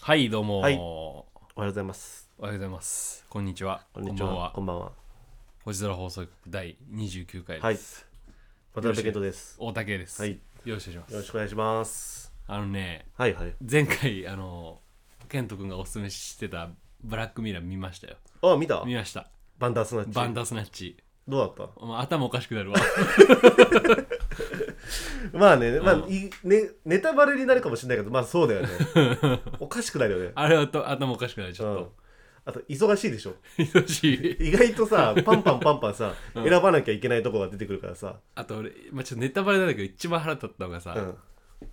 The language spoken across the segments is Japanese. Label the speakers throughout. Speaker 1: はいどうも、
Speaker 2: はい
Speaker 1: お
Speaker 2: おはようございます。
Speaker 1: はようございますこんにちは
Speaker 2: こんにち
Speaker 1: こ
Speaker 2: は。
Speaker 1: んばんは
Speaker 2: こんばんは。
Speaker 1: 星空放送局第29回
Speaker 2: はい
Speaker 1: です、。
Speaker 2: 渡辺健人です。
Speaker 1: 大竹です、
Speaker 2: はい
Speaker 1: よろしくお願いし
Speaker 2: よ
Speaker 1: ま
Speaker 2: ろ
Speaker 1: す
Speaker 2: しくお願いします。
Speaker 1: あのね
Speaker 2: はいはい。
Speaker 1: 前回あの健人君がおすすめしてたブラックミラー見ましたよ
Speaker 2: あ、見た
Speaker 1: 見ました
Speaker 2: バンダースナッチ。
Speaker 1: バンダースナッチ
Speaker 2: どうだっ
Speaker 1: お前頭おかしくなるわ
Speaker 2: たまあね、まあ、いね、ネタバレになるかもしれないけど、まあそ うだよね。おかしくなるよね。
Speaker 1: あれはと頭おかしくなるち
Speaker 2: う
Speaker 1: ょ
Speaker 2: ん
Speaker 1: っ。
Speaker 2: あと、忙しいでしょ。
Speaker 1: と、よし
Speaker 2: 意外 とさ、パンパンパンパンさ、選ばなきゃいけないとこが出てくるからさ。
Speaker 1: あと俺、まあ、ちょっとネタバレなんだけど一番腹立ったのがさ、
Speaker 2: うん。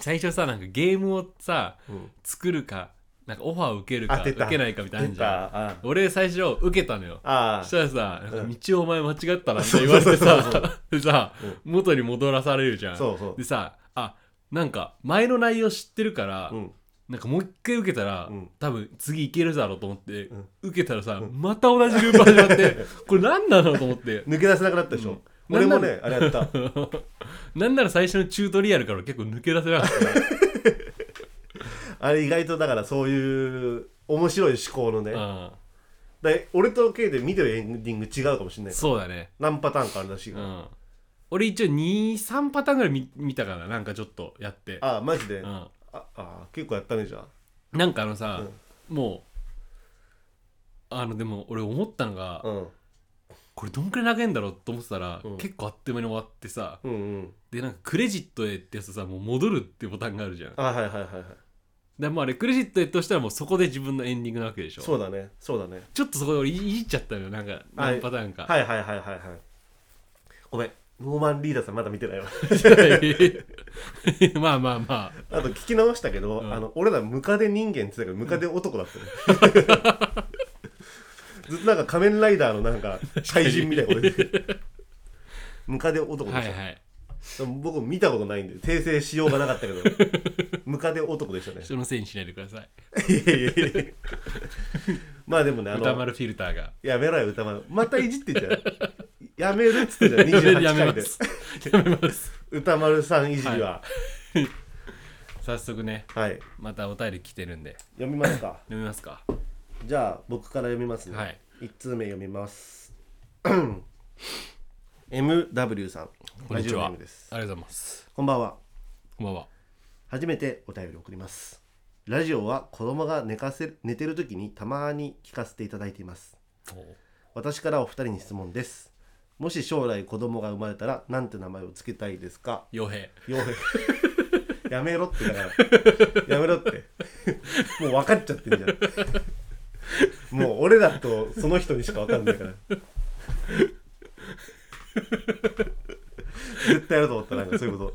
Speaker 1: 最初さなんかゲームをさ、
Speaker 2: ん
Speaker 1: 作るかなんかオファー受ける
Speaker 2: 当
Speaker 1: か
Speaker 2: て
Speaker 1: 受
Speaker 2: た。
Speaker 1: けないかみたいなのあんじゃん
Speaker 2: 出たあ
Speaker 1: 俺最初受けたのよ
Speaker 2: あ
Speaker 1: そ
Speaker 2: あ
Speaker 1: したらさ「なんか道をお前間違ったな」って言われてさ でさ元に戻らされるじゃん
Speaker 2: そうそう
Speaker 1: でさあなんか前の内容知ってるから、
Speaker 2: ん
Speaker 1: なんかもう一回受けたら、
Speaker 2: ん
Speaker 1: 多分次いけるだろうと思って、受けたらさ、また同じループ始まって これ何なのと思って
Speaker 2: 抜け出せなくなったでしょ。
Speaker 1: うん
Speaker 2: 俺も
Speaker 1: な
Speaker 2: ね、あれやった。
Speaker 1: なんなら最初のチュートリアルから結構抜け出せなか ったね
Speaker 2: あれ意外とだからそういう面白い思考のね。
Speaker 1: うん
Speaker 2: だから俺と K で見てるエンディング違うかもしれないから
Speaker 1: そうだね
Speaker 2: 何パターンかあるらしいか
Speaker 1: う
Speaker 2: ら、
Speaker 1: ん俺一応23パターンぐらい見見たからなんかちょっとやって
Speaker 2: ああマジで、
Speaker 1: う
Speaker 2: あ
Speaker 1: ん
Speaker 2: あ結構やったねじゃあ
Speaker 1: なんかあのさ、もうあのでも俺思ったのが、
Speaker 2: うん
Speaker 1: これどんくらい長いんだろうと思ってたら、
Speaker 2: ん
Speaker 1: 結構あっという間に終わってさ
Speaker 2: うんうん
Speaker 1: でなんかクレジットへってやつさもう戻るってボタンがあるじゃん
Speaker 2: あはいはいはいはい
Speaker 1: でもうあれクレジットへとしたらもうそこで自分のエンディングなわけでしょ
Speaker 2: そうだねそうだね
Speaker 1: ちょっとそこで俺いじっちゃったのよなんか
Speaker 2: はい
Speaker 1: 何パターンか、
Speaker 2: はいはいはいはいはいごめんノーマンリーダーさんまだ見てないわ
Speaker 1: まあまあまあ
Speaker 2: あと聞き直したけど、
Speaker 1: うん
Speaker 2: あの俺らムカデ人間って言ってたけどムカデ男だったね ずっとなんか仮面ライダーのなんか怪人みたいなこと言ってる ムカデ男でした、
Speaker 1: はいはい
Speaker 2: でも僕見たことないんで訂正しようがなかっ たけどムカデ男でしたね
Speaker 1: 人のせいにしないでくだ さい
Speaker 2: いやいやいやまあでもねあ
Speaker 1: 歌
Speaker 2: の
Speaker 1: 丸フィルターが
Speaker 2: やめろよ歌丸またいじってんじゃんやめるっつってんじゃん
Speaker 1: や
Speaker 2: 28
Speaker 1: め
Speaker 2: 回
Speaker 1: ま
Speaker 2: です
Speaker 1: やめます
Speaker 2: 歌丸さんいじりは
Speaker 1: 早速ね
Speaker 2: はい、
Speaker 1: またお便り来てるんで
Speaker 2: 読みますか
Speaker 1: 読みますか
Speaker 2: じゃあ僕から読みますね、
Speaker 1: はい
Speaker 2: 1通目読みます MW さん
Speaker 1: こんにちは
Speaker 2: ラジオネー
Speaker 1: ありが
Speaker 2: ムです
Speaker 1: とうございます
Speaker 2: こんばんは
Speaker 1: こんばんは
Speaker 2: 初めてお便りを送りますラジオは子供が寝かせ寝てる時にたまに聞かせていただいています私からお二人に質問ですもし将来子供が生まれたらなんて名前をつけたいですか
Speaker 1: 傭兵
Speaker 2: よ やめろってだからやめろってもう分かっちゃってんじゃんもう俺らとその人にしか分かんないから絶対やると思ったなんかそういうこ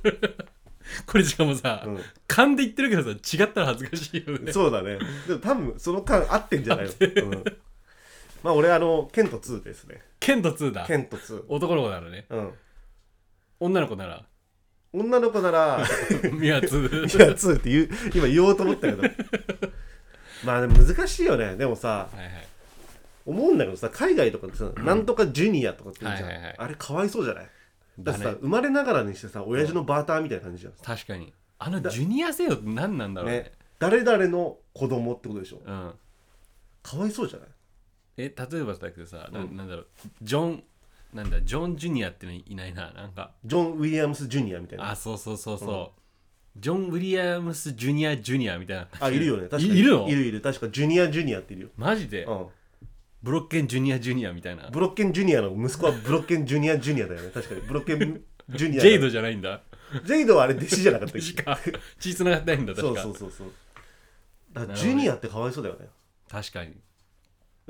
Speaker 1: これしかもさ、
Speaker 2: うん
Speaker 1: 勘で言ってるけどさ違ったら恥ずかしいよね
Speaker 2: とそうだねでも多分その間合ってんじゃないの、うん、まあ俺あのケント2ですね
Speaker 1: ケント2だ
Speaker 2: ケント2
Speaker 1: 男の子ならね
Speaker 2: うん
Speaker 1: 女の子な ら
Speaker 2: 女の子 なら
Speaker 1: ミワ
Speaker 2: い
Speaker 1: 2
Speaker 2: や、2って言う、今言おうと思ったけど。まあでも難しいよね。でもさ、
Speaker 1: はいはい
Speaker 2: 思うんだけどさ、海外とかってさ、なんとかジュニアとかって言うじゃん。
Speaker 1: はいはいはい
Speaker 2: あれかわいそうじゃないだって
Speaker 1: だ
Speaker 2: さ、
Speaker 1: ね
Speaker 2: 生まれながらにしてさ、親父のバーターみたいな感じじゃん。
Speaker 1: 確かにあのジュニア制度って何なんだろうね
Speaker 2: ね。誰々の子供ってことでしょ。
Speaker 1: うん
Speaker 2: かわいそうじゃない
Speaker 1: え例えばだけどさ、ななんだろうジョンなんだジョン・ジュニアってのいないななんか
Speaker 2: ジョン・ウィリアムス・ジュニアみたいな。
Speaker 1: あそうそうそうそう、ジョン・ウィリアムス・ジュニア・ジュニアみたいな
Speaker 2: あ、いるよね。確かに。
Speaker 1: いいるの
Speaker 2: いるいる。確か、ジュニア・ジュニアっているよ。
Speaker 1: マジで、
Speaker 2: うん。
Speaker 1: ブロッケン・ジュニア・ジュニアみたいな
Speaker 2: ブロッケン・ジュニアの息子はブロッケン・ジュニア・ジュニアだよね。確かに。ブロッケン・ジュニア。
Speaker 1: ジェイド。じゃないんだ
Speaker 2: ジェイドはあれ弟子じゃなかったっけ
Speaker 1: 確か血つながってないんだ
Speaker 2: そ
Speaker 1: 確
Speaker 2: う
Speaker 1: か
Speaker 2: そうそうそうだから
Speaker 1: なるほ
Speaker 2: ジ
Speaker 1: ど
Speaker 2: ュ
Speaker 1: ね
Speaker 2: ニアってかわいそうだよね
Speaker 1: 確かに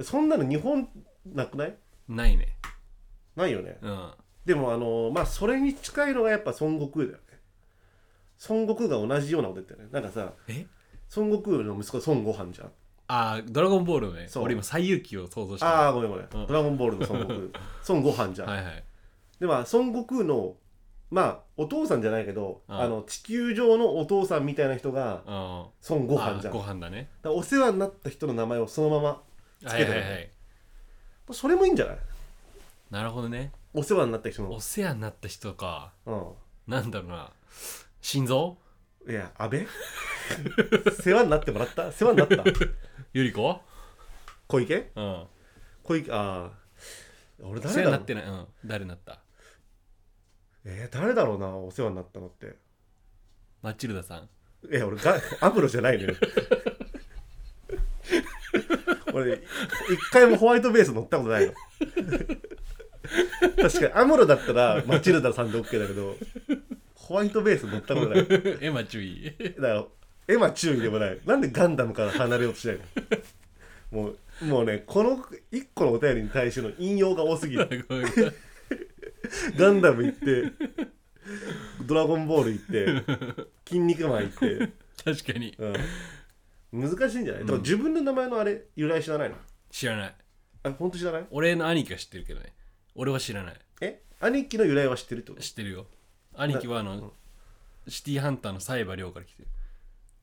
Speaker 2: そんなの日本なくない
Speaker 1: ないね
Speaker 2: ないよね
Speaker 1: うん
Speaker 2: でもあのまあそれに近いのがやっぱ孫悟空だよね孫悟空が同じようなこと言ってるねなんかさ
Speaker 1: え
Speaker 2: 孫悟空の息子孫悟飯じゃん
Speaker 1: あードラゴンボールのね
Speaker 2: そう
Speaker 1: 俺今最遊記を想像して
Speaker 2: あ
Speaker 1: た
Speaker 2: あごめんごめん、ドラゴンボールの孫 悟空孫悟飯じゃん、
Speaker 1: はいはい
Speaker 2: でまあ孫悟空のまあお父さんじゃないけど、
Speaker 1: うん
Speaker 2: あの地球上のお父さんみたいな人
Speaker 1: う
Speaker 2: が
Speaker 1: ん
Speaker 2: 孫悟飯じゃ
Speaker 1: あー
Speaker 2: ん
Speaker 1: ご
Speaker 2: だか
Speaker 1: 飯だね
Speaker 2: らお世話になった人の名前をそのままつ
Speaker 1: は
Speaker 2: け
Speaker 1: い
Speaker 2: て
Speaker 1: は
Speaker 2: る
Speaker 1: いはい
Speaker 2: それもいいんじゃない
Speaker 1: なるほどね
Speaker 2: お世話になった人の
Speaker 1: お世話になった人か
Speaker 2: うん
Speaker 1: なんだろうな心臓
Speaker 2: いや安倍 世話になってもらった世話になった
Speaker 1: ゆり子
Speaker 2: 小池
Speaker 1: うん
Speaker 2: 小池ああ俺
Speaker 1: 世話
Speaker 2: 誰
Speaker 1: にな
Speaker 2: だろ
Speaker 1: っ
Speaker 2: う
Speaker 1: てないうん誰になった
Speaker 2: えー、誰だろうなお世話になったのって
Speaker 1: マチルダさん
Speaker 2: いや俺がアムロじゃないのよ 俺一回もホワイトベース乗ったことないの確かにアムロだったらマチルダさんで OK だけどホワイトベース乗ったことないだか
Speaker 1: エマ注 意
Speaker 2: ら絵は注意でもないなんでガンダムから離れようとしないのもうもうねこの一個のお便りに対しての引用が多すぎる
Speaker 1: ごめんごめん
Speaker 2: ガンダム行ってドラゴンボール行って筋肉マン行って
Speaker 1: 確かに
Speaker 2: うん、難しいんじゃない、でも自分の名前のあれ由来知らないの
Speaker 1: 知らない
Speaker 2: あ本当知らない
Speaker 1: 俺の兄貴は知ってるけどね俺は知らない
Speaker 2: え兄貴の由来は知ってるってこと
Speaker 1: 知ってるよ兄貴はあの、シティハンターのサイバー亮から来てる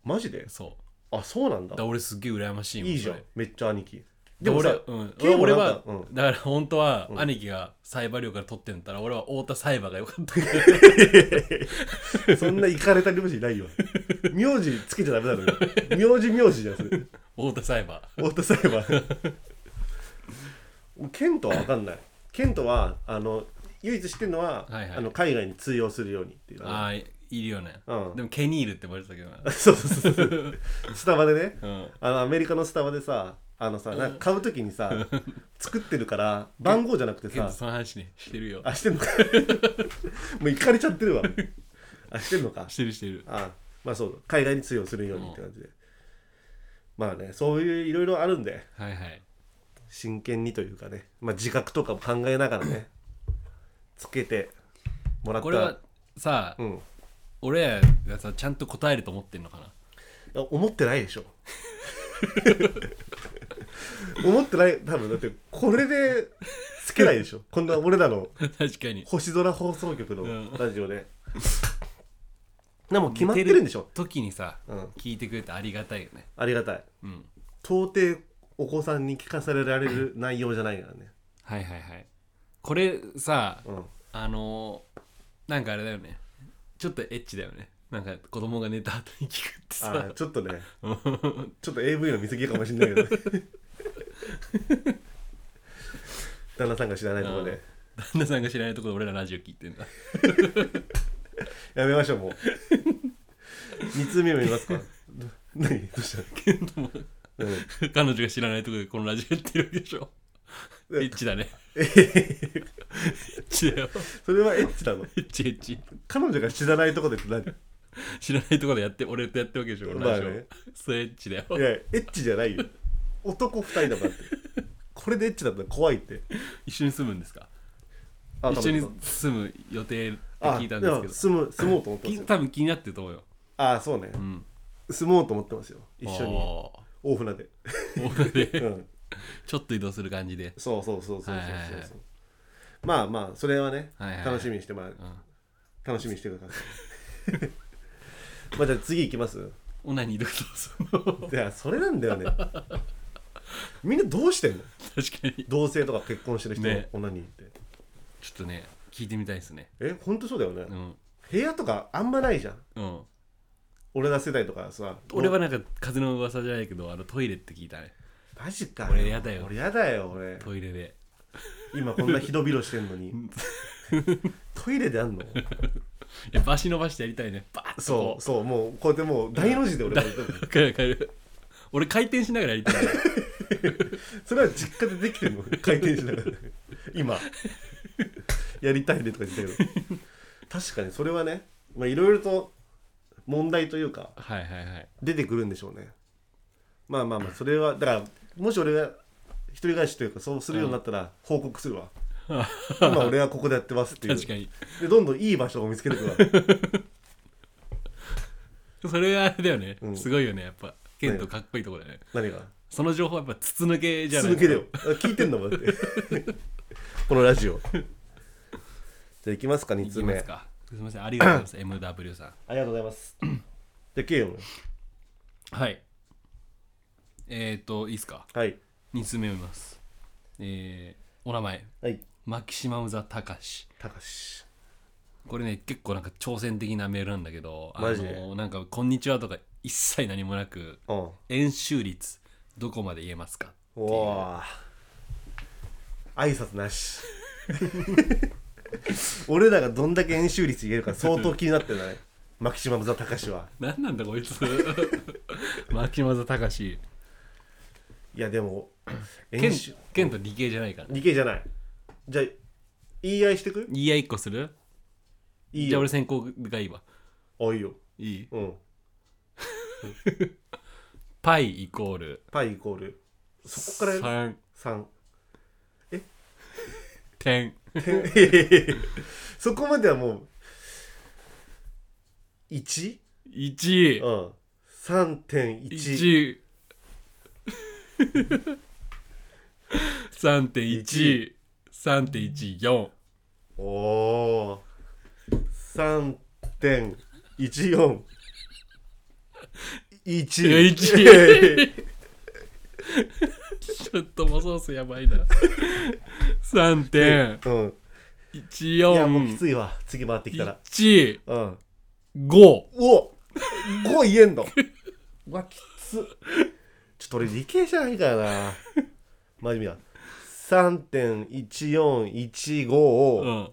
Speaker 2: マジで
Speaker 1: そ
Speaker 2: あそうなん
Speaker 1: うだ
Speaker 2: だ
Speaker 1: から俺すっげえ羨ましいもん
Speaker 2: いいじゃん
Speaker 1: それ
Speaker 2: めっちゃ兄貴
Speaker 1: で俺,、うん、俺俺は、
Speaker 2: うん、
Speaker 1: だから本当は兄貴がサイバー亮から取ってんだったら俺は太田サイバーが良かったから
Speaker 2: そんなイかれた名字ないよ名字つけちゃダメだろ名字名字じゃんそれ
Speaker 1: 太田サイバ
Speaker 2: オートサイバーケントは分かんないケントはあの唯一知ってるのは、
Speaker 1: はいはい
Speaker 2: あの海外に通用するようにっていう
Speaker 1: ーああいいるよね、
Speaker 2: うん
Speaker 1: でもケニールって言われてたけどな、
Speaker 2: そうそうそうそうスタバでね、
Speaker 1: うん
Speaker 2: あのアメリカのスタバでさあのさなんか買う時に さ作ってるから番号じゃなくて
Speaker 1: ケント
Speaker 2: さ
Speaker 1: その話ねしてるよ
Speaker 2: あしてんのかもういかれちゃってるわあしてんのか
Speaker 1: してるしてる
Speaker 2: あまあそう海外に通用するようにって感じで、まあねそういういろいろあるんで
Speaker 1: はいはい
Speaker 2: 真剣にというかね、まあ、自覚とかも考えなが らねつけてもらった
Speaker 1: これはさ、
Speaker 2: うんい
Speaker 1: 俺らがさちゃんと答えると思ってんのかな
Speaker 2: や思ってないでしょ 思ってない多分だってこれでつけないでしょこんな俺らの
Speaker 1: 確かに
Speaker 2: 星空放送局の
Speaker 1: ん
Speaker 2: ラジオで、でも決まってるんでしょ
Speaker 1: 似てる時にさ、
Speaker 2: うん
Speaker 1: 聞いてくれてありがたいよね
Speaker 2: ありがたい
Speaker 1: うん
Speaker 2: 到底お子さんに聞かされられる内容じゃないからね
Speaker 1: はいはいはいこれさ、
Speaker 2: うん
Speaker 1: あのーなんかあれだよねちょっとエッチだよねなんか子供が寝た後に聞くって
Speaker 2: あ
Speaker 1: さ
Speaker 2: ーちょっと ねちょっと AV の見過ぎかもしれないけどね旦那さんが知らないところで
Speaker 1: 旦那さんが知らないところで俺らラジオ聞いてんだ
Speaker 2: やめましょうもう2通目を見ますかど何どうした
Speaker 1: けども
Speaker 2: うん
Speaker 1: 彼女が知らないところでこのラジオやってるわけでしょエ
Speaker 2: え
Speaker 1: ッチだねエッチだよ
Speaker 2: それはエッチなの
Speaker 1: エッチエッチ
Speaker 2: 彼女が知らないところでって何い
Speaker 1: 知らないところでやって俺とやってるわけでしょこのラジオ、
Speaker 2: まあね
Speaker 1: それエッチだよ
Speaker 2: やエッチじゃないよ男2人だからってこれでエッチだったら怖いって
Speaker 1: 一緒に住むんですか
Speaker 2: あ
Speaker 1: 一緒
Speaker 2: 多
Speaker 1: に
Speaker 2: 分
Speaker 1: 住む予定って
Speaker 2: あ
Speaker 1: 聞いたんですけ
Speaker 2: で
Speaker 1: ど
Speaker 2: も住む住もうと思ってます
Speaker 1: き
Speaker 2: よ
Speaker 1: 多分気になってると思うよ、
Speaker 2: ああそうね
Speaker 1: うん、
Speaker 2: 住もうと思ってますよ一緒に
Speaker 1: お
Speaker 2: 大船で
Speaker 1: ー大船
Speaker 2: う
Speaker 1: で
Speaker 2: ん
Speaker 1: ちょっと移動する感じで
Speaker 2: そうそうそうそうそうそうそう、
Speaker 1: はいはいはい
Speaker 2: まあまあそれはね、
Speaker 1: はいはいはい
Speaker 2: 楽しみにしてまあ
Speaker 1: うん
Speaker 2: 楽しみにしてください まあじゃあ次行きます
Speaker 1: オナニーどうぞ
Speaker 2: いやそれなんだよねみんなどうしてんの
Speaker 1: 確かに
Speaker 2: 同性とか結婚してる人の
Speaker 1: ね
Speaker 2: オナニーって、
Speaker 1: ちょっとね聞いてみたいですね
Speaker 2: えほんとそうだよね、
Speaker 1: うん
Speaker 2: 部屋とかあんまないじゃん
Speaker 1: うん
Speaker 2: 俺ら世代とかさ
Speaker 1: 俺はなんか風の噂じゃないけどあのトイレって聞いたね
Speaker 2: マジか
Speaker 1: 俺やだよ
Speaker 2: 俺やだよ俺
Speaker 1: トイレで
Speaker 2: 今こんな広々してんのにトイレであんの
Speaker 1: いやバシ伸ばしてやりたいねバーッと
Speaker 2: そ
Speaker 1: こ
Speaker 2: うそうもうこうやってもう大の字で俺はやってる
Speaker 1: うわかるわかる俺回転しながらやりたい
Speaker 2: それは実家でできてるの回転しながら今やりたいねとか言ってたけど確かにそれはねまあいろいろと問題というか
Speaker 1: はいはいはい
Speaker 2: 出てくるんでしょうねまあまあまあそれはだからもし俺が一人返しというかそうするようになったら報告するわ、 今俺はここでやってますっていう
Speaker 1: 確かに
Speaker 2: でどんどんいい場所を見つけてくわ
Speaker 1: それはあれだよね、
Speaker 2: うん
Speaker 1: すごいよねやっぱケントかっこいいとこだよね
Speaker 2: 何が
Speaker 1: その情報はやっぱ筒抜けじゃない
Speaker 2: 続けてよ聞いてんだもんだって このラジオじゃあ行きますか2
Speaker 1: いき
Speaker 2: 通
Speaker 1: ま
Speaker 2: 目
Speaker 1: すかすみませんありがとうございます MW さん
Speaker 2: ありがとうございます。で、K 読む。
Speaker 1: はい。えっ、ー、と、いいですか。
Speaker 2: はい。
Speaker 1: 2通目読みます。えー、お名前、
Speaker 2: はい。
Speaker 1: マキシマム・ザ・タカシ。
Speaker 2: たかし。
Speaker 1: これね結構なんか挑戦的なメールなんだけど
Speaker 2: マジ
Speaker 1: あのなんか「こんにちは」とか一切何もなく
Speaker 2: うんお
Speaker 1: 円周率どこまで言えますか
Speaker 2: お挨拶なし 俺らがどんだけ円周率言えるか相当気になってないマキシマム・ザ・タカシは
Speaker 1: 何なんだこいつ 牧間隆史
Speaker 2: いやでも
Speaker 1: 剣
Speaker 2: 円周
Speaker 1: 剣と理系じゃないからね
Speaker 2: 理系じゃないじゃあ言い合いしてく
Speaker 1: 言い合いっこする
Speaker 2: い
Speaker 1: じ
Speaker 2: い
Speaker 1: ゃあ
Speaker 2: よ
Speaker 1: 俺先行がいいわ
Speaker 2: あいいよ
Speaker 1: いい
Speaker 2: うん
Speaker 1: パイイコール
Speaker 2: パイイコールそこから
Speaker 1: 3
Speaker 2: 3
Speaker 1: 点
Speaker 2: そこまではもう 1?
Speaker 1: 1
Speaker 2: うん3.1
Speaker 1: 1 3.1 3.14
Speaker 2: おおー3.14 1
Speaker 1: 1ちょっともうソースやばいな3.14
Speaker 2: うん
Speaker 1: い
Speaker 2: いやもうきついわ次回ってきたら
Speaker 1: 1
Speaker 2: うん
Speaker 1: 5
Speaker 2: お5言えんのうわきつちょっと俺理系じゃないからな真面目だ3.1415
Speaker 1: う
Speaker 2: を
Speaker 1: ん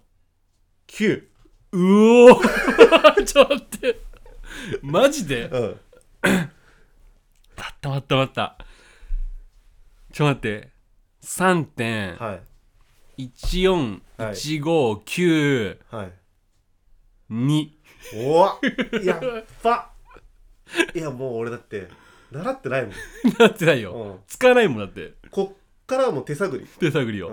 Speaker 2: 9
Speaker 1: うおー ちょっと待ってマジで
Speaker 2: うん
Speaker 1: 待った待った待ったちょっと待って3.14159、
Speaker 2: はいはい
Speaker 1: 2
Speaker 2: おわ やっばいやもう俺だって習ってないもん、
Speaker 1: なってないよ、
Speaker 2: うん、
Speaker 1: 使わないもんだって
Speaker 2: こっからはもう手探り、
Speaker 1: 手探り
Speaker 2: う
Speaker 1: を、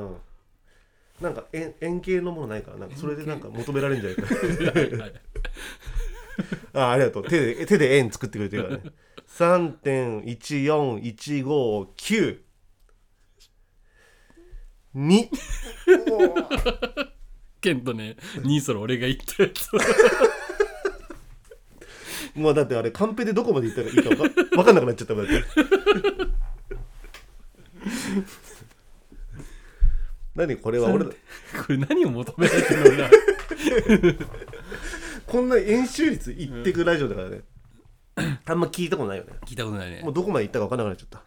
Speaker 2: ん、なんか円円形のものないからなんかそれでなんか求められるんじゃないか
Speaker 1: はいはい
Speaker 2: あありがとう手で手で円作ってくれてるからね3.14159 2
Speaker 1: ケントねニーソロ俺が言ったやつ
Speaker 2: もうだってあれカンペでどこまでいったらいいか分か分かんなくな っちゃったもんだって何これは俺ら
Speaker 1: これ何を求められてるの か
Speaker 2: こんな円周率いってくラジオだからねあんま聞いたことないよね
Speaker 1: 聞いたことないね
Speaker 2: もうどこまでいったか分かんなくなっちゃった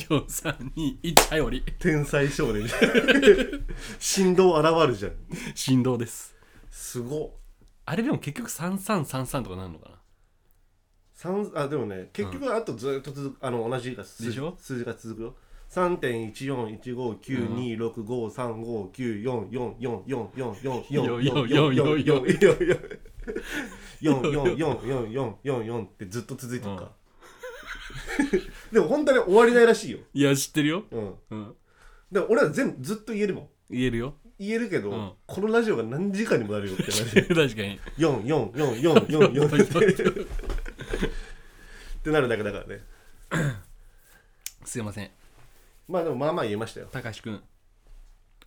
Speaker 1: 3.141592653594968765432はい終わり
Speaker 2: 天才少年 振動現るじゃん
Speaker 1: 振動です
Speaker 2: すごっ
Speaker 1: あれでも結局3333とかなるのかな
Speaker 2: 三あでもね結局あとずっと続く、あの同じが数
Speaker 1: で
Speaker 2: 字
Speaker 1: しょ
Speaker 2: 数字が続くよ三点一四一五九二六五三五九四四四四四四四四四四四四四四四四四ってずっと続いてるか。でも本当に終わりないらしいよ。
Speaker 1: いや知ってるよ、
Speaker 2: うん。
Speaker 1: うん、
Speaker 2: でも俺は全部ずっと言えるもん。
Speaker 1: 言えるよ
Speaker 2: 言えるけ
Speaker 1: うん
Speaker 2: ど、このラジオが何時間にもなるよって話。
Speaker 1: 確かに
Speaker 2: 四四四四四四ってなるだけだからね。
Speaker 1: すいません
Speaker 2: まあでもまあまあ言えましたよ。
Speaker 1: たかしくん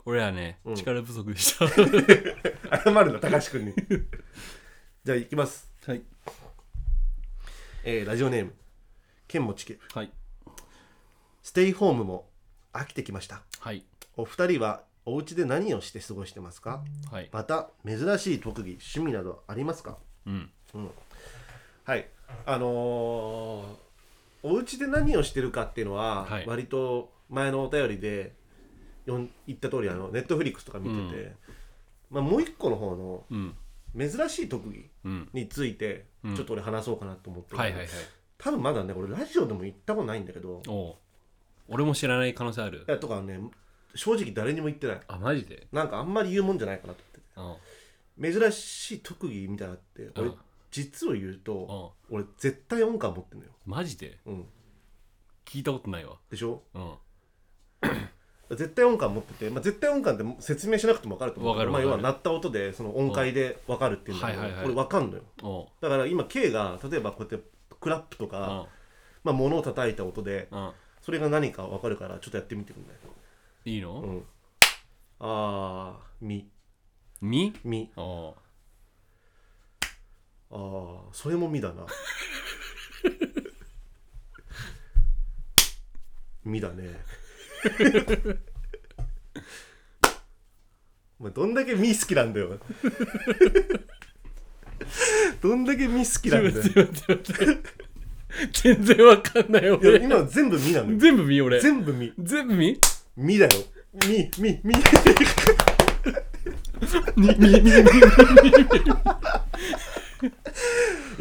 Speaker 1: 俺らね、
Speaker 2: うん
Speaker 1: 力不足でした
Speaker 2: 謝るな高橋君にじゃあ行きます、
Speaker 1: はい
Speaker 2: えーラジオネームケンモチケ
Speaker 1: はい
Speaker 2: ステイホームも飽きてきました
Speaker 1: はい
Speaker 2: お二人はお家で何をして過ごしてますか
Speaker 1: はい
Speaker 2: また珍しい特技趣味などありますか
Speaker 1: うん
Speaker 2: はいあのーお家で何をしてるかっていうのは、
Speaker 1: はい
Speaker 2: 割と前のお便りでよん言った通りあのネットフリックスとか見てて、まあ、もう一個の方の
Speaker 1: うん
Speaker 2: 珍しい特技
Speaker 1: うん
Speaker 2: について
Speaker 1: うん
Speaker 2: ちょっと俺話そうかなと思ってる、
Speaker 1: はいはいはい
Speaker 2: 多分まだね俺ラジオでも行ったことないんだけど
Speaker 1: おう俺も知らない可能性ある
Speaker 2: いやとかね正直誰にも言ってない
Speaker 1: あマジで
Speaker 2: なんかあんまり言うもんじゃないかなと
Speaker 1: うん
Speaker 2: 思って珍しい特技みたいなのあって俺
Speaker 1: うん
Speaker 2: 実を言う
Speaker 1: う
Speaker 2: と
Speaker 1: ん
Speaker 2: 俺絶対音感持ってんのよ、
Speaker 1: マジで
Speaker 2: うん、
Speaker 1: 聞いたことないわ
Speaker 2: でしょ
Speaker 1: うん
Speaker 2: 絶対音感持ってて、まあ、絶対音感って説明しなくても分かると思う
Speaker 1: 分かる
Speaker 2: まあ、
Speaker 1: 分
Speaker 2: 要
Speaker 1: か
Speaker 2: は
Speaker 1: る
Speaker 2: 鳴った音でその音階で分かるっていうんだけど、
Speaker 1: はいはいはい
Speaker 2: 俺分かんのよ
Speaker 1: おう
Speaker 2: だから今 K が例えばこうやってクラップと
Speaker 1: う
Speaker 2: か、
Speaker 1: ん
Speaker 2: まあ、物を叩いた音で
Speaker 1: うん
Speaker 2: それが何か分かるからちょっとやってみてくんない
Speaker 1: いいの
Speaker 2: うん、あーみ
Speaker 1: み
Speaker 2: み
Speaker 1: おう
Speaker 2: あーそれもみだな みだね お前どんだけみ好きなんだよ どんだけみ好きなんだよ
Speaker 1: 待って待って待って 全然わかんない
Speaker 2: いや
Speaker 1: 俺
Speaker 2: 今全部みなのよ
Speaker 1: 全部見俺
Speaker 2: 全部み
Speaker 1: 全部見
Speaker 2: みだよみみみ
Speaker 1: みみみみ
Speaker 2: い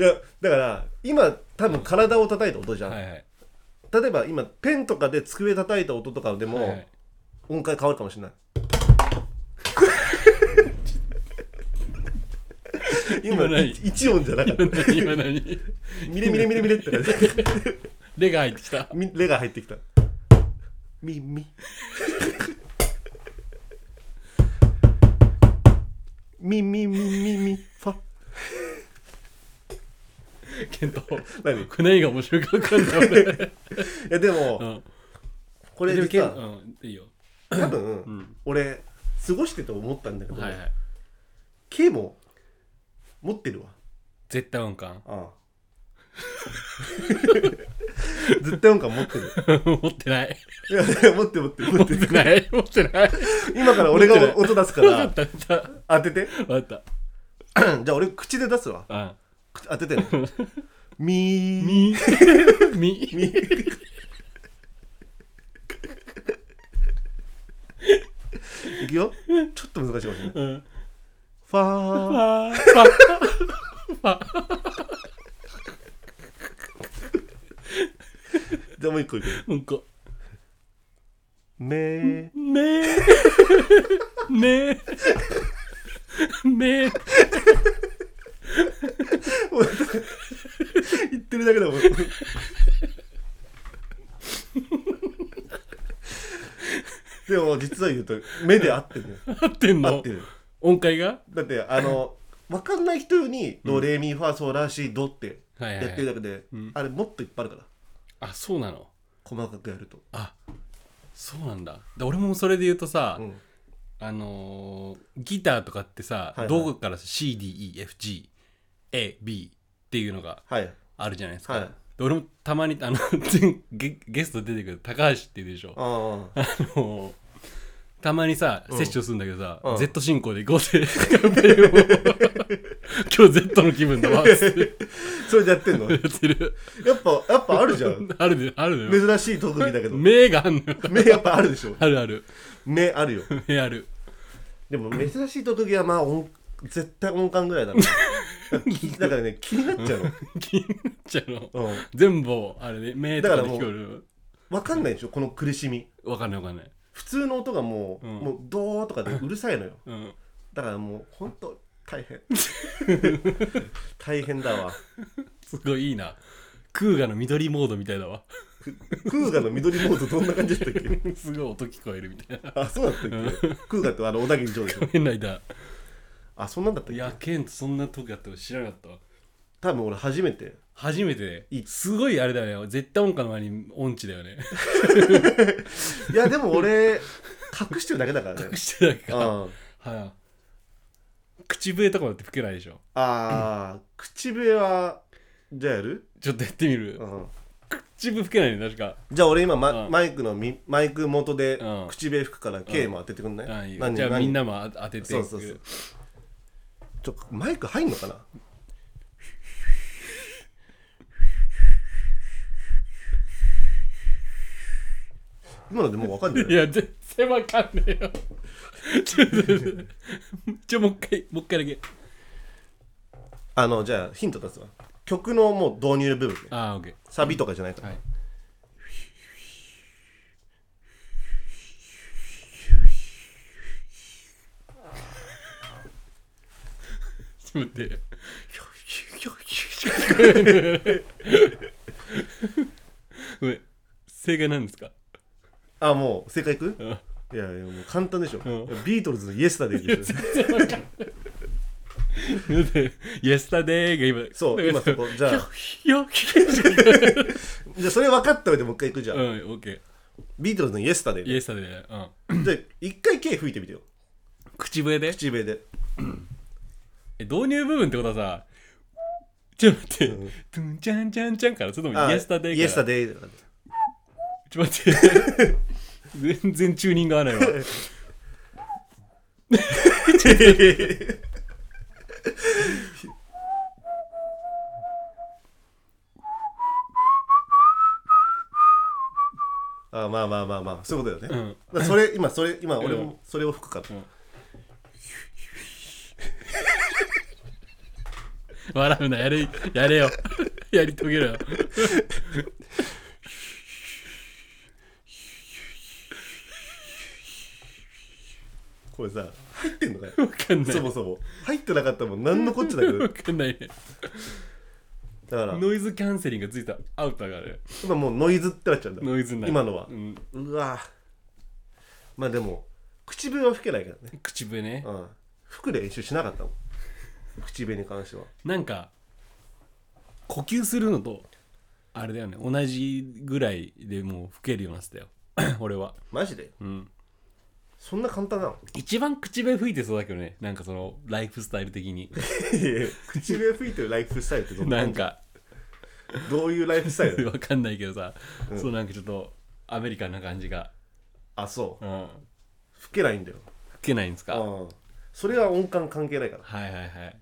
Speaker 2: やだから今多分体を叩いた音じゃん、
Speaker 1: はいはい
Speaker 2: 例えば今ペンとかで机叩いた音とかでも、
Speaker 1: はいはい
Speaker 2: 音階変わるかもしれない 今
Speaker 1: 今ない
Speaker 2: い一音じゃなかった
Speaker 1: 今何今何
Speaker 2: ミレミレミレミレって感じ
Speaker 1: レが入ってきた
Speaker 2: みレが入ってきたミミミミミミミファ
Speaker 1: ケントこ
Speaker 2: 何い
Speaker 1: れ何が面白いかわかんない俺
Speaker 2: やでも、
Speaker 1: うん
Speaker 2: これ
Speaker 1: でもケ
Speaker 2: 実
Speaker 1: ン
Speaker 2: は
Speaker 1: うんいいよ
Speaker 2: 多分、俺過ごしてて思ったんだけど、
Speaker 1: はいはい
Speaker 2: K も持ってるわ
Speaker 1: 絶対音感
Speaker 2: ああ 絶対音感持ってる
Speaker 1: 持ってない
Speaker 2: いやいや持ってる持ってる持
Speaker 1: 持
Speaker 2: っ
Speaker 1: ってて
Speaker 2: る
Speaker 1: ない持ってない
Speaker 2: 今から俺が
Speaker 1: 持ってない
Speaker 2: 音出すか
Speaker 1: 分 かっ
Speaker 2: ら
Speaker 1: た分かった
Speaker 2: 当て て
Speaker 1: 分かった
Speaker 2: じゃあ俺口で出すわ
Speaker 1: あ
Speaker 2: 口当ててねみ
Speaker 1: み
Speaker 2: ー
Speaker 1: み
Speaker 2: みいくよちょっと難しいかもしれな
Speaker 1: う
Speaker 2: い
Speaker 1: ん
Speaker 2: ファー
Speaker 1: あー
Speaker 2: じゃあもう一個いくよ
Speaker 1: うんこ
Speaker 2: めー
Speaker 1: めめめ
Speaker 2: 言ってるだけ だもんでも実は言うと目で合ってるのよ
Speaker 1: 合ってん
Speaker 2: 合っ
Speaker 1: の
Speaker 2: てる
Speaker 1: 音階が
Speaker 2: だってあの分かんない人用に「ドレミファソラシド」って
Speaker 1: はいはい
Speaker 2: やってるだけで、
Speaker 1: うん
Speaker 2: あれもっといっぱいあるから
Speaker 1: あそうなの
Speaker 2: 細かくやると、
Speaker 1: あそうなんだで俺もそれで言うとさ、
Speaker 2: うん
Speaker 1: あのーギターとかってさ、
Speaker 2: いはい
Speaker 1: どこから CDEFGAB っていうのが
Speaker 2: はい
Speaker 1: あるじゃないですか、
Speaker 2: は
Speaker 1: で
Speaker 2: い
Speaker 1: 俺もたまにあの 前ゲゲスト出てくる高橋っていうでしょあ
Speaker 2: ああ
Speaker 1: のーたまにさ、
Speaker 2: ん
Speaker 1: セッションするんだけどさ、
Speaker 2: うん
Speaker 1: Z 進行で5で頑張れよ 今日 Z の気分だわっつって
Speaker 2: それでやってんのや
Speaker 1: やってる
Speaker 2: っぱやっぱあるじゃん
Speaker 1: あるであるのよ
Speaker 2: 珍しい特技だけど
Speaker 1: 目があるのよ
Speaker 2: 目やっぱあるでしょ
Speaker 1: あるある
Speaker 2: 目あるよ
Speaker 1: 目ある
Speaker 2: でも珍しい特技はまあ音絶対音感ぐらいだろう だからね気になっちゃう
Speaker 1: 気になっちゃうの
Speaker 2: の、うん、
Speaker 1: 全部あれで目とかで
Speaker 2: だ
Speaker 1: 聞こ
Speaker 2: から
Speaker 1: える
Speaker 2: 分かんないでしょこの苦しみ
Speaker 1: わかんないわかんない、
Speaker 2: 普通の音がもう、
Speaker 1: うん
Speaker 2: もうドーとかでうるさいのよ
Speaker 1: うん、
Speaker 2: だからもうほんと大変大変だわ
Speaker 1: すごいいいなクーガの緑モードみたいだわ
Speaker 2: クーガの緑モードどんな感じだったっけ
Speaker 1: すごい音聞こえるみたいな
Speaker 2: あそうだったっけクーガってあの小田切城でしょ
Speaker 1: 変な間
Speaker 2: あそんなんだったっ
Speaker 1: いや
Speaker 2: け
Speaker 1: ケントそんな時やったの知らなかったわ
Speaker 2: 多分俺初めて
Speaker 1: 初めて
Speaker 2: い
Speaker 1: すごいあれだよね絶対音感の前に音痴だよね
Speaker 2: いやでも俺隠してるだけだからね
Speaker 1: 隠してた
Speaker 2: う
Speaker 1: か
Speaker 2: ん
Speaker 1: ら、はい口笛とかだって吹けないでしょ
Speaker 2: あー口笛はじゃあやる、
Speaker 1: ちょっとやってみる
Speaker 2: うん、
Speaker 1: 口笛吹けないね確か
Speaker 2: じゃあ俺今、ま
Speaker 1: うん
Speaker 2: マイクのみマイク元で
Speaker 1: うん
Speaker 2: 口笛吹くから K も当ててくんない、
Speaker 1: ああいいよ
Speaker 2: 何
Speaker 1: じゃあ
Speaker 2: 何
Speaker 1: みんなも当てて
Speaker 2: そうそうそうちょマイク入んのかな今のでもう分かんない
Speaker 1: いや全然わかんねえよちょっと待ってちょもう一回もう一回だけ
Speaker 2: あのじゃあヒント出すわ曲のもう導入部分ね
Speaker 1: ああオッケ
Speaker 2: サビとかじゃないか
Speaker 1: ー
Speaker 2: ら、
Speaker 1: はいちょっと待ってごめん正解なんですか
Speaker 2: あもう正解いく
Speaker 1: うん
Speaker 2: いやいやもう簡単でしょ、
Speaker 1: ん
Speaker 2: ビートルズのイエスタでいくでしょ
Speaker 1: だって「イエスタデー」が今
Speaker 2: そう今そこじゃあ
Speaker 1: よ
Speaker 2: じゃあそれ分かった上でもう一回いくじゃ、
Speaker 1: うんんオッケー
Speaker 2: ビートルズのイエスタで、
Speaker 1: イエスタデーうん
Speaker 2: で一回 K 吹いてみてよ
Speaker 1: 口笛で
Speaker 2: 口笛で
Speaker 1: え導入部分ってことはさちょっと待って、トゥンチャンチャンチャンからそれとも
Speaker 2: あ
Speaker 1: イエスタデイ
Speaker 2: イエスタデイだから
Speaker 1: ちょっと待って。全然チューニング合わないわ。
Speaker 2: あまあまあまあまあそういうことだよ
Speaker 1: う
Speaker 2: ね、
Speaker 1: ん。
Speaker 2: だからそれ今それ今俺
Speaker 1: う
Speaker 2: もそれを吹くから、
Speaker 1: 笑うな、やれ、やれよ。やり遂げろよ。
Speaker 2: これさ入ってんの かよ
Speaker 1: わかんない。
Speaker 2: そもそも入ってなかったらもん何のこっち ゃだけど
Speaker 1: わかんないね。
Speaker 2: だから
Speaker 1: ノイズキャンセリングがついたアウターがある。
Speaker 2: 今もうノイズってなっちゃうんだ
Speaker 1: ノイズになる。
Speaker 2: 今のは
Speaker 1: うん。
Speaker 2: うわまあでも口笛は吹けないからね
Speaker 1: 口笛ね。
Speaker 2: うん吹く練習しなかったもん口笛に関しては
Speaker 1: なんか、呼吸するのと、あれだよね。同じぐらいでもう吹けるようになってたよ。 俺は。
Speaker 2: マジで
Speaker 1: うん。
Speaker 2: そんな簡単 なの
Speaker 1: 一番口笛吹いてそうだけどね。なんかその、ライフスタイル的に。
Speaker 2: 口笛吹いてるライフスタイルってどん
Speaker 1: な
Speaker 2: なん
Speaker 1: か。
Speaker 2: どういうライフスタイルなの
Speaker 1: わかんないけどさ、そうなんかちょっとアメリカンな感じが、
Speaker 2: あそう
Speaker 1: うん、
Speaker 2: 吹けないんだよ
Speaker 1: 吹けないんですか、
Speaker 2: うんそれは音感関係ないから
Speaker 1: はいはいはい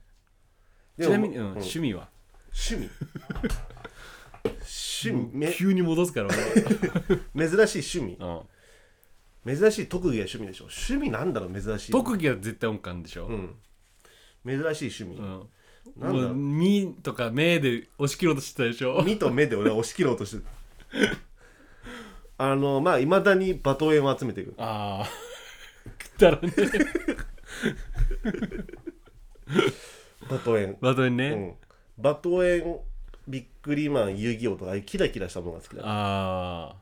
Speaker 2: で
Speaker 1: ち
Speaker 2: も
Speaker 1: なみに、うん
Speaker 2: うん
Speaker 1: 趣味は
Speaker 2: 趣味趣味め
Speaker 1: 急に戻すから 俺
Speaker 2: 珍しい趣味
Speaker 1: は、うん、
Speaker 2: 珍しい特技は趣味でしょ趣味なんだろう珍しい
Speaker 1: 特技は絶対音感でしょ、う
Speaker 2: うんん珍しい趣味なん
Speaker 1: も
Speaker 2: だろ
Speaker 1: う「
Speaker 2: う
Speaker 1: み」とか「目」で押し切ろうとしてたでしょ
Speaker 2: 目と目で俺は押し切ろうとしてる あのまあいまだにバトエンを集めていく
Speaker 1: ああくだらねえ
Speaker 2: バトエン、
Speaker 1: バトンね、
Speaker 2: うん、バトエンビックリマン遊戯王とかああいうキラキラしたものが好きだ
Speaker 1: ああ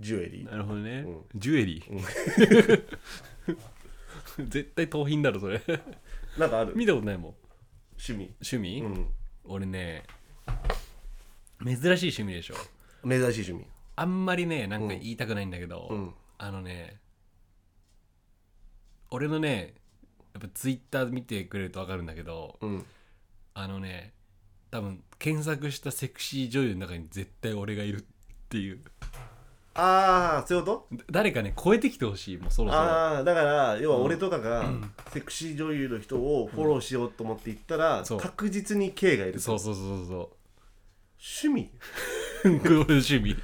Speaker 2: ジュエリー
Speaker 1: なるほどね、
Speaker 2: う
Speaker 1: ジュエリー、 絶対盗品だろそれ
Speaker 2: なんかある
Speaker 1: 見たことないもん
Speaker 2: 趣味
Speaker 1: 趣味、
Speaker 2: うん
Speaker 1: 俺ね珍しい趣味でしょ
Speaker 2: 珍しい趣味
Speaker 1: あんまりねなんか言いたくないんだけど、
Speaker 2: うん
Speaker 1: あのね俺のねやっぱツイッター見てくれると分かるんだけど
Speaker 2: うん
Speaker 1: あのね多分検索したセクシー女優の中に絶対俺がいるっていう
Speaker 2: ああそういうこと
Speaker 1: だ誰かね超えてきてほしいもうそろそろ
Speaker 2: ああだから要は俺とかがセクシー女優の人をフォローしようと思って行ったら、
Speaker 1: そう
Speaker 2: 確実に K がいる
Speaker 1: そうそうそうそ
Speaker 2: 趣味
Speaker 1: う これ俺の趣味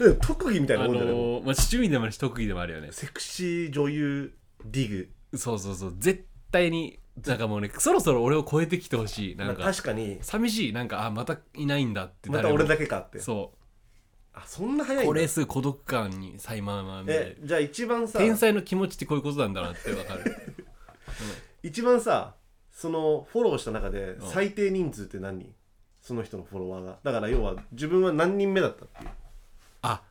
Speaker 2: うん特技みた
Speaker 1: あ
Speaker 2: いな
Speaker 1: の
Speaker 2: もんじゃない、
Speaker 1: ーまあ、趣味でもあるし特技でもあるよね
Speaker 2: セクシー女優ディグ
Speaker 1: そうそうそう絶対になんかもうねそろそろ俺を超えてきてほしいなん
Speaker 2: ま
Speaker 1: か
Speaker 2: あ確かに
Speaker 1: 寂しいなんかあまたいないんだって
Speaker 2: ま
Speaker 1: 誰
Speaker 2: た
Speaker 1: も
Speaker 2: 俺だけかって
Speaker 1: そ
Speaker 2: あそんな早
Speaker 1: う
Speaker 2: い
Speaker 1: こ
Speaker 2: んだ
Speaker 1: れすごい孤独感にさいままみたいな
Speaker 2: えじゃあ一番さ
Speaker 1: 天才の気持ちってこういうことなんだなってわか る
Speaker 2: 一番さそのフォローした中で最低人数って何人その人のフォロワーがだから要は自分は何人目だったっていう、
Speaker 1: あ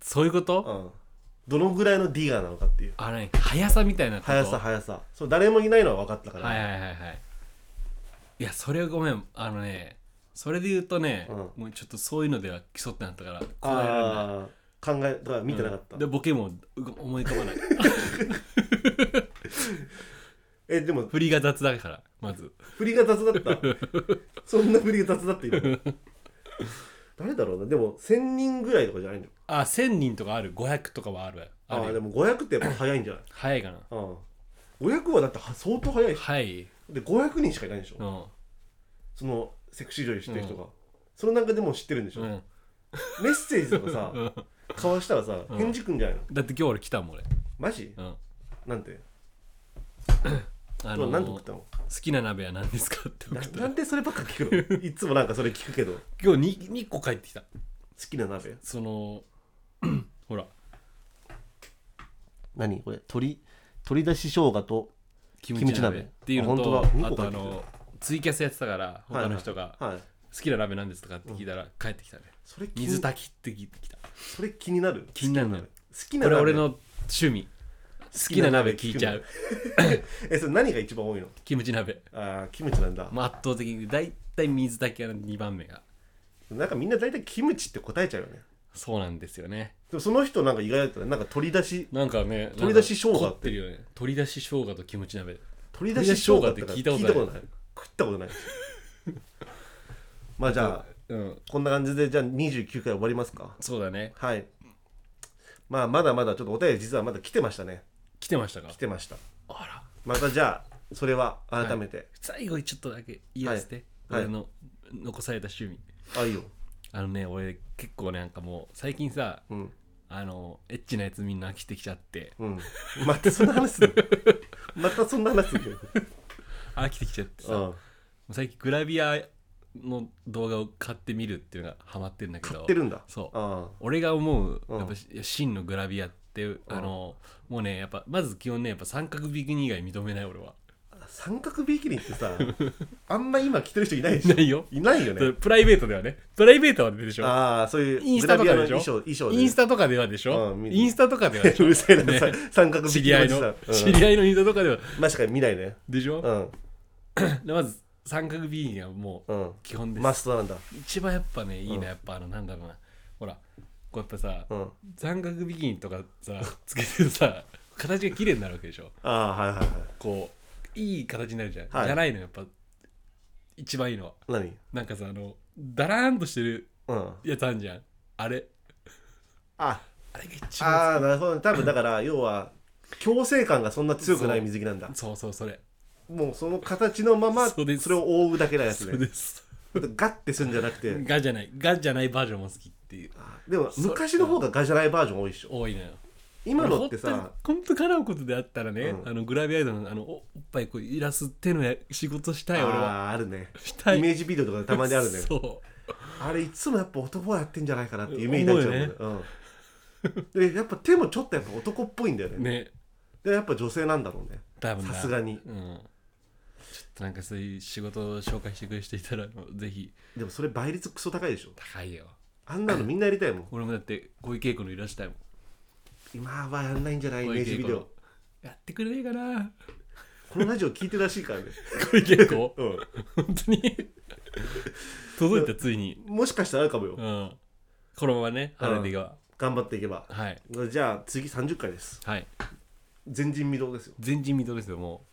Speaker 1: そういうこと
Speaker 2: うん、どのぐらいのディガーなのかっていう
Speaker 1: あれ速さみたいなこと
Speaker 2: 速さ速さそう誰もいないのは分かったから、
Speaker 1: はいはいはいはいいやそれはごめんあのねそれで言うとね、
Speaker 2: う
Speaker 1: もうちょっとそういうのでは競ってなったから答えられない
Speaker 2: ああ考えだから見てなかった、
Speaker 1: でボケもうご思い浮かば ない
Speaker 2: えでも
Speaker 1: 振りが雑だからまず
Speaker 2: 振りが雑だった そんな振りが雑だった今誰だろうなでも1000人ぐらいとかじゃないの
Speaker 1: あ1000人とかある500とかはある
Speaker 2: あ
Speaker 1: あ
Speaker 2: あ
Speaker 1: る
Speaker 2: で
Speaker 1: よ
Speaker 2: も500ってやっぱ早いんじゃない
Speaker 1: 早いかな
Speaker 2: うん500はだっては相当早いでしょ
Speaker 1: 早い
Speaker 2: で500人しかいないでしょ、
Speaker 1: うん
Speaker 2: そのセクシー女優知ってる人が、その中でも知ってるんでしょ、
Speaker 1: うん
Speaker 2: メッセージとかさ交わしたらさ返事くんじゃないの、
Speaker 1: だって今日俺来たもん俺、
Speaker 2: マジ
Speaker 1: うん、
Speaker 2: なんて、
Speaker 1: あ
Speaker 2: うわ
Speaker 1: の
Speaker 2: なんで食ったの
Speaker 1: 好きな鍋は何ですかって送
Speaker 2: な
Speaker 1: った
Speaker 2: なんでそればっか聞くのいつもなんかそれ聞くけど好
Speaker 1: 今日 2, 個帰ってきた
Speaker 2: きな鍋
Speaker 1: その ほら
Speaker 2: 何これ鶏鶏だし生姜と
Speaker 1: キ
Speaker 2: ムチ鍋
Speaker 1: っていうの
Speaker 2: あ
Speaker 1: と
Speaker 2: 本当だ
Speaker 1: あと
Speaker 2: 二個帰
Speaker 1: あ
Speaker 2: ってきた
Speaker 1: のツイキャスやってたから他の人が
Speaker 2: はいはい、
Speaker 1: 「好きな鍋なんです?」とかって聞いたら帰ってきたね
Speaker 2: それ気に
Speaker 1: 水炊きって聞いてきたこ
Speaker 2: それ気になる
Speaker 1: 気になるのよ
Speaker 2: 好きな
Speaker 1: れ
Speaker 2: 鍋
Speaker 1: 俺の趣味好きな鍋聞いちゃう
Speaker 2: えそれ何が一番多いの
Speaker 1: キムチ鍋
Speaker 2: ああキムチなんだ、
Speaker 1: まあ圧倒的に大体水炊きが2番目が
Speaker 2: なんかみんな大体キムチって答えちゃうよね
Speaker 1: そうなんですよね
Speaker 2: でもその人なんか意外だったねなんか鶏だし
Speaker 1: なんかね
Speaker 2: 鶏出し生姜って
Speaker 1: なんか凝ってるよね鶏出し生姜とキムチ鍋
Speaker 2: 鶏だし生姜って聞
Speaker 1: 鶏
Speaker 2: い
Speaker 1: だ
Speaker 2: た
Speaker 1: し生姜って聞いたこな
Speaker 2: ことと
Speaker 1: い
Speaker 2: ない食ったことないまあじゃあ
Speaker 1: うん
Speaker 2: こんな感じでじゃあ29回終わりますか
Speaker 1: そうだね
Speaker 2: はいまあまだまだちょっとお便り実はまだ来てましたね
Speaker 1: 来てましたか
Speaker 2: 来てました
Speaker 1: あら
Speaker 2: またじゃあそれは改めて、
Speaker 1: 最後にちょっとだけ言わせて、
Speaker 2: はい
Speaker 1: 俺の残された趣味
Speaker 2: あいいよ
Speaker 1: あのね俺結構なんかもう最近さ
Speaker 2: うん
Speaker 1: あのエッチなやつみんな飽きてきちゃ って
Speaker 2: うんまたそんな話するまたそんな話する
Speaker 1: 飽きてきちゃってさ、
Speaker 2: う
Speaker 1: も
Speaker 2: ん
Speaker 1: う最近グラビアの動画を買ってみるっていうのがハマってるんだけど
Speaker 2: 買ってるんだ
Speaker 1: そう
Speaker 2: あ
Speaker 1: 俺が思う
Speaker 2: うん
Speaker 1: やっぱしいや真のグラビアって、あのもうねやっぱまず基本ねやっぱ三角ビキニ以外認めない俺は
Speaker 2: あ三角ビキニってさあんま今着てる人い ないでしょ
Speaker 1: ないよ
Speaker 2: いないよ
Speaker 1: それ
Speaker 2: ね
Speaker 1: プライベートではねプライベートはでしょ
Speaker 2: ああそうい
Speaker 1: イ
Speaker 2: う
Speaker 1: ン
Speaker 2: グ
Speaker 1: ス
Speaker 2: ラ
Speaker 1: タと
Speaker 2: ビア
Speaker 1: か
Speaker 2: の
Speaker 1: でしょ
Speaker 2: 衣装衣装で
Speaker 1: インスタとかではでしょ、
Speaker 2: うん見る
Speaker 1: インスタとかではでしょ
Speaker 2: うるせえな、
Speaker 1: ね
Speaker 2: さ三角ビキ
Speaker 1: 知
Speaker 2: ニ
Speaker 1: り合いの、
Speaker 2: おじさん
Speaker 1: 知り合いのインスタとかでは
Speaker 2: うん、まあ確かに見ないね
Speaker 1: でしょ、
Speaker 2: うん
Speaker 1: でまず三角ビキニはもう
Speaker 2: うん
Speaker 1: 基本です、
Speaker 2: マストなんだ
Speaker 1: 一番やっぱねいいな、
Speaker 2: うん
Speaker 1: やっぱあのなんだろうなほらこうやっぱさ、
Speaker 2: うんあ
Speaker 1: 三角ビキニとかさ つけてるさ形が綺麗になるわけでしょ
Speaker 2: あはいはいはい
Speaker 1: こういい形になるじゃん、
Speaker 2: はい
Speaker 1: じゃないのやっぱ一番いいのは
Speaker 2: 何
Speaker 1: なんかさあのだらーんとしてる
Speaker 2: うん
Speaker 1: やつあんじゃんあれ
Speaker 2: あ
Speaker 1: あれが一番
Speaker 2: あーなるほどね多分だから要は強制感がそんな強くない水着なんだ
Speaker 1: そうそうそれ
Speaker 2: もうその形のまま
Speaker 1: そ
Speaker 2: そう
Speaker 1: です
Speaker 2: れを覆うだけのやつ
Speaker 1: そ
Speaker 2: で
Speaker 1: うです
Speaker 2: ガッてするんじゃなくて
Speaker 1: ガじゃないガじゃないバージョンも好きっていう
Speaker 2: あーでも昔の方がガジャライバージョン多いでしょ
Speaker 1: 多いのよ
Speaker 2: 今のってさ
Speaker 1: 本当叶うことであったらね、
Speaker 2: うん
Speaker 1: あのグラビアアイドルのあのおおっぱいこう揺らす手のや仕事したい俺は
Speaker 2: あーあるね
Speaker 1: したい
Speaker 2: イメージビデオとかでたまにある ね
Speaker 1: そ
Speaker 2: あれいつもやっぱ男がやってんじゃないかなっていうイメージになっちゃうもんね うん、でやっぱ手もちょっとやっぱ男っぽいんだよね
Speaker 1: うね
Speaker 2: でやっぱ女性なんだろうね
Speaker 1: 多分な
Speaker 2: さすがに
Speaker 1: うんちょっとなんかそういう仕事を紹介してくれる人いたらあのぜひ
Speaker 2: でもそれ倍率クソ高いでしょ
Speaker 1: 高いよ
Speaker 2: あんなのみんなやりたいもん
Speaker 1: 俺もだってこういう稽古のいらしたいもん
Speaker 2: 今はやんないんじゃないイ
Speaker 1: こう
Speaker 2: メ
Speaker 1: いう
Speaker 2: ージビデ
Speaker 1: の
Speaker 2: オ
Speaker 1: やってくれねえかな
Speaker 2: このラジオ聞いてるらしいからね、
Speaker 1: こういう稽古
Speaker 2: う
Speaker 1: 本当に届いたついに
Speaker 2: ん、もしかしたらあるかもよ
Speaker 1: うんこのままね晴れていけば、
Speaker 2: 頑張っていけば
Speaker 1: はい
Speaker 2: じゃあ次30回です
Speaker 1: はい
Speaker 2: 前人未到ですよ
Speaker 1: 前人未到ですよも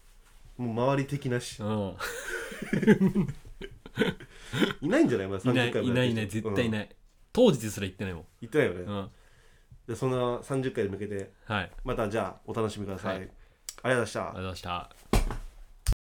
Speaker 2: もう周り的なし
Speaker 1: ううん
Speaker 2: いないんじゃないまだ
Speaker 1: いない
Speaker 2: 30回
Speaker 1: い
Speaker 2: も
Speaker 1: な
Speaker 2: や
Speaker 1: いい
Speaker 2: ってる人
Speaker 1: ない絶対い
Speaker 2: うん
Speaker 1: ない、当時ですら言ってないもん、
Speaker 2: 言ってないよね、
Speaker 1: うん、
Speaker 2: でその30回に向けて
Speaker 1: はいありがとう
Speaker 2: またじゃあお楽しみください、
Speaker 1: はい
Speaker 2: ありがとうございました
Speaker 1: ございました